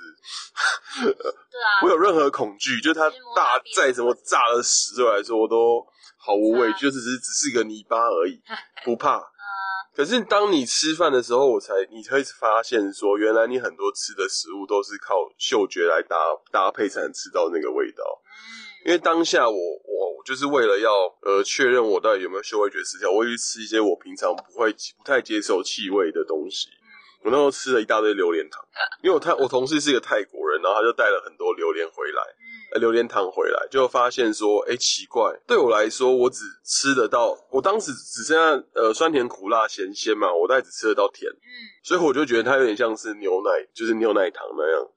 Speaker 1: 对啊，
Speaker 2: 没有任何恐惧，就是她大再怎么炸的屎对我来说，我都毫无畏惧，就只是只是一个泥巴而已，不怕。可是当你吃饭的时候，我才你会发现说，原来你很多吃的食物都是靠嗅觉来搭搭配才能吃到那个味道。因
Speaker 1: 嗯，
Speaker 2: 为当下我我我就是为了要呃确认我到底有没有嗅味觉失调，我会去吃一些我平常不会不太接受气味的东西。我那时候吃了一大堆榴莲糖，因为我太我同事是一个泰国人，然后他就带了很多榴莲回来，呃
Speaker 1: 嗯，
Speaker 2: 榴莲糖回来，就发现说，哎、奇怪，对我来说，我只吃得到，我当时只剩下呃酸甜苦辣咸鲜嘛，我大概只吃得到甜，
Speaker 1: 嗯，
Speaker 2: 所以我就觉得它有点像是牛奶，就是牛奶糖那样。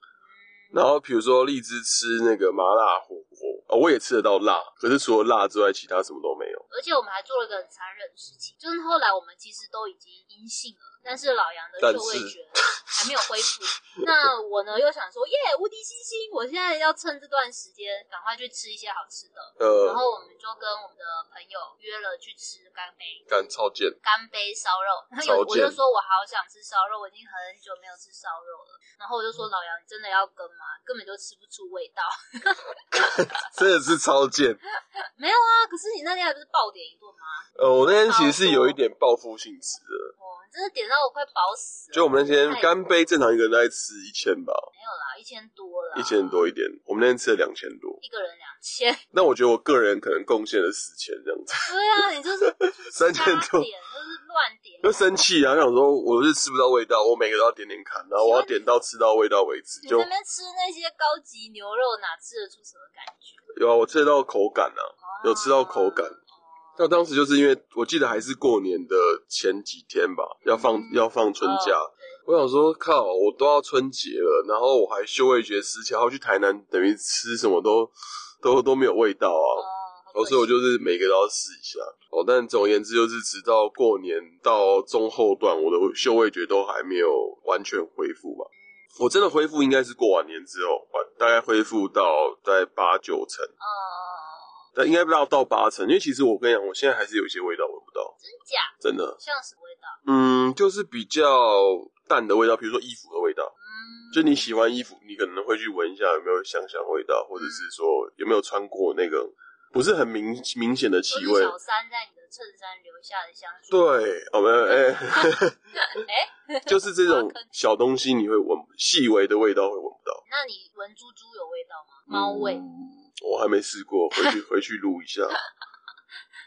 Speaker 2: 然后比如说荔枝吃那个麻辣火锅，哦，我也吃得到辣，可是除了辣之外，其他什么都没有。
Speaker 1: 而且我们还做了一个很残忍的事情，就是后来我们其实都已经阴性了，但是老杨的
Speaker 2: 但
Speaker 1: 嗅味
Speaker 2: 是
Speaker 1: 觉还没有恢复。那我呢又想说，耶，无敌星星，我现在要趁这段时间赶快去吃一些好吃的。然
Speaker 2: 呃，
Speaker 1: 后我们就跟我们的朋友约了去吃干杯，
Speaker 2: 干超贱，
Speaker 1: 干杯烧肉。 [LAUGHS] 然后
Speaker 2: 超
Speaker 1: 有我就
Speaker 2: 贱
Speaker 1: 说我好想吃烧肉，我已经很久没有吃烧肉了。然后我就说老杨，你真的要跟吗？根本就吃不出味道。 [LAUGHS]
Speaker 2: 真的是超贱。
Speaker 1: 没有啊，可是你那天还不是爆点一顿吗？
Speaker 2: 呃，我那天其实是有一点报复性质的，
Speaker 1: 哦，你真的点到我快饱死了。
Speaker 2: 就我们那天
Speaker 1: 太
Speaker 2: 干杯，正常一个人大概吃一千吧，
Speaker 1: 没有啦，一千多啦，
Speaker 2: 一千多一点，我们那天吃了两千多。
Speaker 1: 一个人两千， [LAUGHS]
Speaker 2: 那我觉得我个人可能贡献了四千这样子，
Speaker 1: 对啊，你就是
Speaker 2: [LAUGHS] 三
Speaker 1: 瞎
Speaker 2: 千多。
Speaker 1: 点，就是乱点，
Speaker 2: [LAUGHS] 就生气啊，想说我是吃不到味道，我每个都要点点看，然后我要点到吃到味道为止。
Speaker 1: 你
Speaker 2: 就
Speaker 1: 那边吃那些高级牛肉，哪吃得出什么感觉？
Speaker 2: 有啊，我吃到口感啊，
Speaker 1: 哦
Speaker 2: 有吃到口感。那当时就是因为我记得还是过年的前几天吧，要放、
Speaker 1: 嗯
Speaker 2: 要放春假，
Speaker 1: 哦
Speaker 2: 我想说靠，我都要春节了，然后我还嗅味觉失调，然后去台南等于吃什么都都都没有味道
Speaker 1: 哦
Speaker 2: 啊，
Speaker 1: 好
Speaker 2: 然
Speaker 1: 可
Speaker 2: 后
Speaker 1: 惜
Speaker 2: 所以我就是每个都要试一下。哦，但总而言之，就是直到过年到中后段，我的嗅味觉都还没有完全恢复吧。我真的恢复应该是过完年之后，完大概恢复到在八九成。
Speaker 1: 哦，
Speaker 2: 但应该不到到八成，因为其实我跟你讲，我现在还是有一些味道闻不到，
Speaker 1: 真假
Speaker 2: 真的，
Speaker 1: 像什么味道？
Speaker 2: 嗯，就是比较淡的味道，比如说衣服的味道，
Speaker 1: 嗯，
Speaker 2: 就你喜欢衣服，你可能会去闻一下有没有香香味道，或者是说有没有穿过那个不是很明明显的气
Speaker 1: 或
Speaker 2: 味
Speaker 1: 是。小三在你的衬衫留下的香水，
Speaker 2: 对，我们哎，
Speaker 1: [LAUGHS] 哎，
Speaker 2: 就是这
Speaker 1: [LAUGHS]
Speaker 2: 种小东西，你会闻细微的味道会闻不到。
Speaker 1: 那你闻猪猪有味道吗？猫味，
Speaker 2: 嗯我还没试过，回去回去录
Speaker 1: [LAUGHS]
Speaker 2: 一下，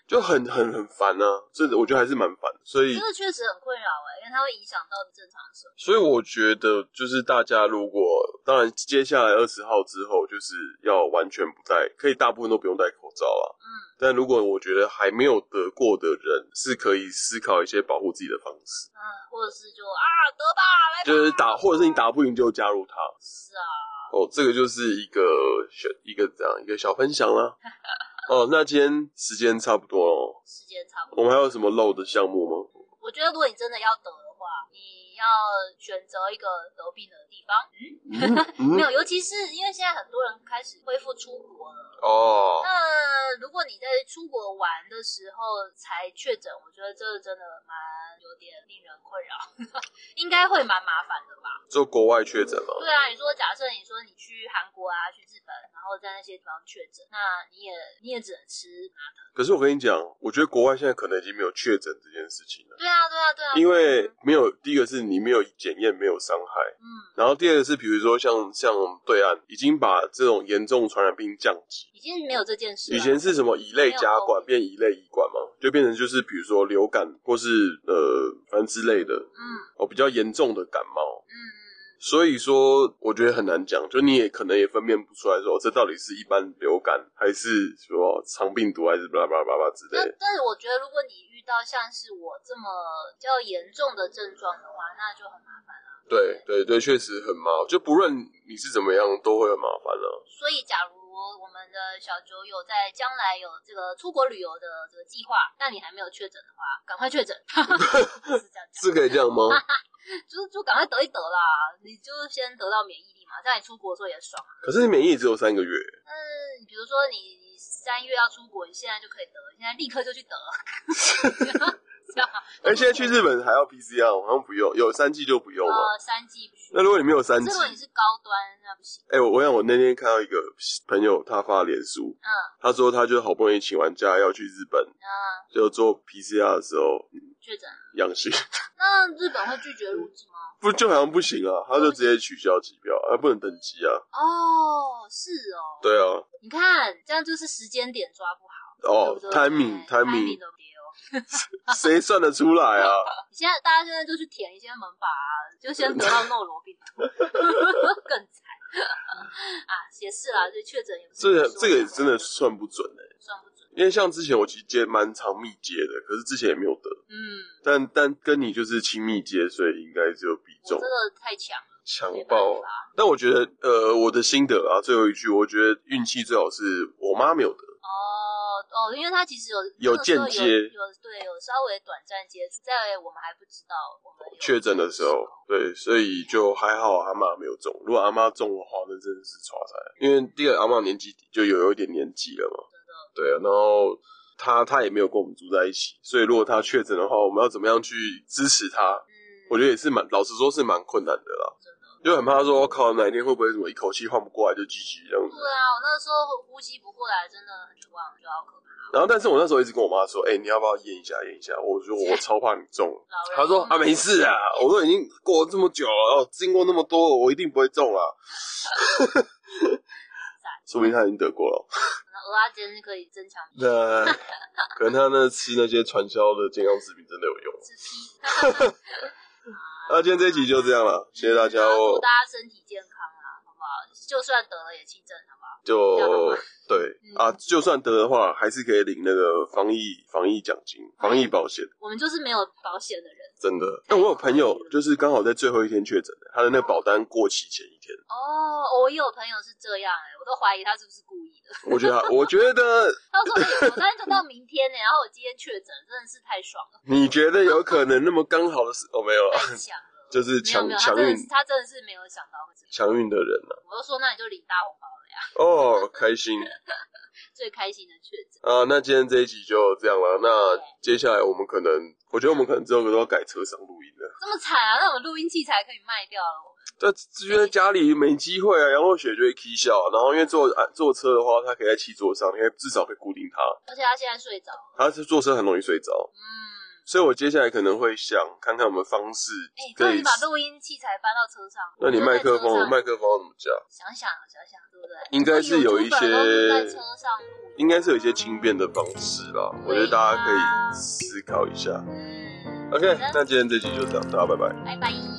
Speaker 2: 就很很很烦啊，这我觉得还是蛮烦的，所以
Speaker 1: 这个确实很困扰哎，因为它会影响到你正常生活。
Speaker 2: 所以我觉得，就是大家如果当然接下来二十号之后，就是要完全不戴，可以大部分都不用戴口罩啊。
Speaker 1: 嗯，
Speaker 2: 但如果我觉得还没有得过的人，是可以思考一些保护自己的方式，
Speaker 1: 啊，或者是就啊，得吧，来吧，
Speaker 2: 就是打，或者是你打不赢就加入他。
Speaker 1: 是啊，
Speaker 2: 哦，这个就是一个选一个这样一个小分享啦、哦，那今天时间差不多了哦，
Speaker 1: 时间差不多。
Speaker 2: 我们还有什么漏的项目吗？
Speaker 1: 我觉得如果你真的要得的话，你你要选择一个得病的地方。
Speaker 2: 嗯
Speaker 1: 没
Speaker 2: 嗯
Speaker 1: 有，尤其是因为现在很多人开始恢复出国了。
Speaker 2: 哦，
Speaker 1: 那如果你在出国玩的时候才确诊，我觉得这真的蛮有点令人困扰， [LAUGHS] 应该会蛮麻烦的吧？
Speaker 2: 就国外确诊嘛，
Speaker 1: 对啊，你说假设你说你去韩国啊，去日本，然后在那些地方确诊，那你也你也只能吃麻藤。
Speaker 2: 可是我跟你讲，我觉得国外现在可能已经没有确诊这件事情了，
Speaker 1: 对啊，对啊，对啊，
Speaker 2: 因为没有第一个是你没有检验，没有伤害，
Speaker 1: 嗯，
Speaker 2: 然后第二个是比如说像像对岸已经把这种严重传染病降级。
Speaker 1: 已经没有这件事了。嗯
Speaker 2: 以前是什么乙类甲
Speaker 1: 没有
Speaker 2: 管变乙类乙管嘛，就变成就是比如说流感或是呃反正之类的
Speaker 1: 嗯
Speaker 2: 哦比较严重的感冒，
Speaker 1: 嗯嗯
Speaker 2: 所以说我觉得很难讲，就你也可能也分辨不出来说、哦这到底是一般流感还是说肠病毒还是巴拉巴拉巴拉之类
Speaker 1: 但
Speaker 2: 的。
Speaker 1: 但是我觉得，如果你遇到像是我这么比较严重的症状的话，那就很麻烦了。
Speaker 2: 对对对，确实很麻烦，就不论你是怎么样都会很麻烦啊了、
Speaker 1: 所以，假如我们的小酒友在将来有这个出国旅游的这个计划，那你还没有确诊的话，赶快确诊， [LAUGHS] 是这样讲，
Speaker 2: 是可以这样
Speaker 1: [LAUGHS]
Speaker 2: 吗？
Speaker 1: 就就赶快得一得啦，你就先得到免疫力嘛，这样你出国的时候也爽啊。
Speaker 2: 可是免疫只有三个月，
Speaker 1: 但是比如说你三月要出国，你现在就可以得，现在立刻就去得，这样啊
Speaker 2: 哎，现在去日本还要 PCR，好像不用，有三剂就不用了。
Speaker 1: 呃，三剂不需
Speaker 2: 那
Speaker 1: 要。
Speaker 2: 如果你没有三
Speaker 1: 这
Speaker 2: 剂，
Speaker 1: 如果你是高端，那不行。
Speaker 2: 哎、我我想我那天看到一个朋友，他发脸书，
Speaker 1: 嗯
Speaker 2: 他说他就好不容易请完假要去日本，
Speaker 1: 嗯，
Speaker 2: 就做 PCR 的时候
Speaker 1: 确诊。
Speaker 2: 阳性，
Speaker 1: 那日本会拒绝入境吗？
Speaker 2: [LAUGHS] 不就好像不行啊，他就直接取消机票，他不能登机啊。
Speaker 1: 哦，是哦。，
Speaker 2: 对啊，
Speaker 1: 你看，这样就是时间点抓不好。
Speaker 2: 哦
Speaker 1: 对不对
Speaker 2: ，timing
Speaker 1: ，timing
Speaker 2: timing，
Speaker 1: 都没有。 [LAUGHS]
Speaker 2: 谁算得出来啊？
Speaker 1: 你现在大家现在就去填一些门把、啊，就先得到诺罗病毒，更惨啊！也是啦，这确诊也不是
Speaker 2: 这个
Speaker 1: 说
Speaker 2: 这个也真的算不准哎、
Speaker 1: 算不准。
Speaker 2: 因为像之前我其实接蛮常密接的，可是之前也没有得，
Speaker 1: 嗯，
Speaker 2: 但但跟你就是亲密接，所以应该只有比
Speaker 1: 我
Speaker 2: 重
Speaker 1: 这个太强了，
Speaker 2: 强
Speaker 1: 没办
Speaker 2: 暴啊。
Speaker 1: 法。
Speaker 2: 但我觉得，呃，我的心得啊，最后一句，我觉得运气最好是我妈没有得，
Speaker 1: 哦哦，因为他其实有
Speaker 2: 有
Speaker 1: 那个时候
Speaker 2: 间接
Speaker 1: 有有对有稍微短暂接触，在我们还不知道我们有
Speaker 2: 确诊的时候，对，所以就还好阿妈没有中。如果阿妈中的话，那真的是抓彩，因为第二阿妈年纪就有有一点年纪了嘛，对啊，然后她她也没有跟我们住在一起，所以如果她确诊的话，我们要怎么样去支持她？
Speaker 1: 嗯，
Speaker 2: 我觉得也是蛮，老实说是蛮困难的啦，就很怕说，我靠，哪一天会不会我一口气换不过来就积极这样子
Speaker 1: 对。啊，我那时候呼吸不过来，真的很绝望，就好可怕。
Speaker 2: 然后，但是我那时候一直跟我妈说，哎、你要不要验一下验一下？我说我超怕你中。
Speaker 1: 老人
Speaker 2: 她说啊，没事啊，我都已经过了这么久了，哦，经过那么多，我一定不会中啊。说明她已经得过了，
Speaker 1: 鹅啊煎可以增强
Speaker 2: 那可能她那吃那些传销的健康食品真的有用。
Speaker 1: 吃皮。
Speaker 2: [LAUGHS] 那今天这一集就这样了，谢谢大家
Speaker 1: 呃祝
Speaker 2: 哦。
Speaker 1: 大家身体健康啊，好不好？就算得了也轻症，好不好？这样好
Speaker 2: 就
Speaker 1: 吗
Speaker 2: 对
Speaker 1: 嗯
Speaker 2: 啊，就算得的话，还是可以领那个防疫防疫奖金、
Speaker 1: 哎
Speaker 2: 防疫保险。
Speaker 1: 我们就是没有保险的人
Speaker 2: 真的，但我有朋友就是刚好在最后一天确诊的，他的那个保单过期前一天，
Speaker 1: 哦。我也有朋友是这样哎、我都怀疑他是不是故意的。
Speaker 2: 我
Speaker 1: [LAUGHS]
Speaker 2: 觉得他，我觉得
Speaker 1: 他说：“哎、
Speaker 2: [LAUGHS]
Speaker 1: 我昨天就到明天欸呢、然后我今天确诊，真的是太爽了，
Speaker 2: 你觉得有可能那么刚好的是哦，没有
Speaker 1: [LAUGHS] 太
Speaker 2: 了，
Speaker 1: 强了。
Speaker 2: 就是”
Speaker 1: 没有
Speaker 2: [LAUGHS] 强
Speaker 1: 没有，他真
Speaker 2: 强运
Speaker 1: 的是他真的是没有想到会这样。
Speaker 2: 强运的人了、
Speaker 1: 我就说：“那你就领大红包了呀，
Speaker 2: 哦，开心
Speaker 1: 最开心的确诊。
Speaker 2: 啊！那今天这一集就这样了，那接下来我们可能，我觉得我们可能之后都要改车上录音了，”
Speaker 1: 这么惨啊！那我们录音器材可以卖掉了，我们
Speaker 2: 这就在家里没机会啊，杨若雪就会 k 笑，然后因为坐啊坐车的话，他可以在气座上，你可以至少可以固定他，
Speaker 1: 而且他现在睡着了。
Speaker 2: 他是坐车很容易睡着。
Speaker 1: 嗯。
Speaker 2: 所以我接下来可能会想看看我们方式
Speaker 1: 哎、你
Speaker 2: 可
Speaker 1: 到
Speaker 2: 以
Speaker 1: 底。把录音器材搬到车上？
Speaker 2: 那你麦克风，
Speaker 1: 我就在车
Speaker 2: 我
Speaker 1: 上
Speaker 2: 麦克风要怎么加？
Speaker 1: 想想想想，对不对？
Speaker 2: 应该是有一些
Speaker 1: 如果 YouTuber 都是在车上录，
Speaker 2: 应该是有一些轻便的方式啦，我觉得大家可以思考一下。
Speaker 1: 嗯
Speaker 2: OK，
Speaker 1: 好的
Speaker 2: 那今天这集就这样，大家拜拜。
Speaker 1: 拜拜。